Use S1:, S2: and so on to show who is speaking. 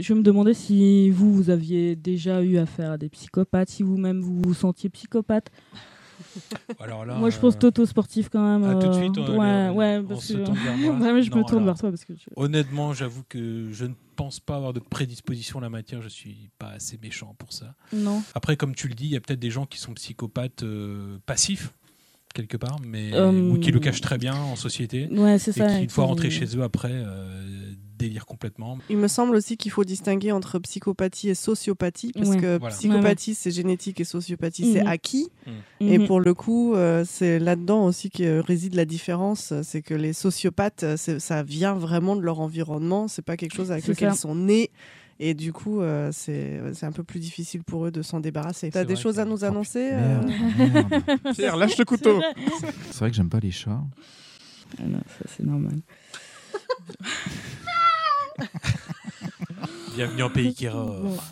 S1: Je me demandais si vous, vous aviez déjà eu affaire à des psychopathes, si vous-même vous vous sentiez psychopathe.
S2: Alors là,
S1: moi, je pense
S2: euh,
S1: Toto sportif quand même.
S2: ah, tout de
S1: euh,
S2: suite, on-
S1: ouais,
S2: on-
S1: ouais,
S2: on
S1: parce
S2: se
S1: que-
S2: tourne vers moi.
S1: Ouais, mais je
S2: Non,
S1: me tourne
S2: alors,
S1: vers toi parce que je-
S2: Honnêtement, j'avoue que je ne pense pas avoir de prédisposition en la matière. Je suis pas assez méchant pour ça.
S1: non.
S2: Après, comme tu le dis, il y a peut-être des gens qui sont psychopathes euh, passifs quelque part, mais
S1: Euh,
S2: ou qui le cachent très bien en société
S1: Ouais, c'est
S2: et
S1: ça.
S2: qui, une fois rentrés chez eux après, euh, délirent complètement.
S3: Il me semble aussi qu'il faut distinguer entre psychopathie et sociopathie, parce
S1: Ouais.
S3: que
S2: Voilà.
S3: psychopathie, c'est génétique et sociopathie, c'est
S1: Mhm.
S3: acquis.
S1: Mhm.
S3: Et pour le coup, euh, c'est là-dedans aussi que euh, réside la différence, euh, c'est que les sociopathes, euh, c'est- ça vient vraiment de leur environnement, c'est pas quelque chose avec
S1: C'est
S3: lequel
S1: ça.
S3: ils sont nés. Et du coup, euh, c'est c'est un peu plus difficile pour eux de s'en débarrasser. T'as
S2: C'est
S3: des
S2: vrai
S3: choses
S2: que-
S3: à nous annoncer euh,
S4: Merde, merde.
S5: Pierre, lâche le
S1: C'est
S5: couteau.
S1: vrai.
S4: C'est vrai que j'aime pas les chats.
S1: Ah non, ça c'est normal.
S2: Bienvenue en pays qui
S1: Bon.
S2: rord.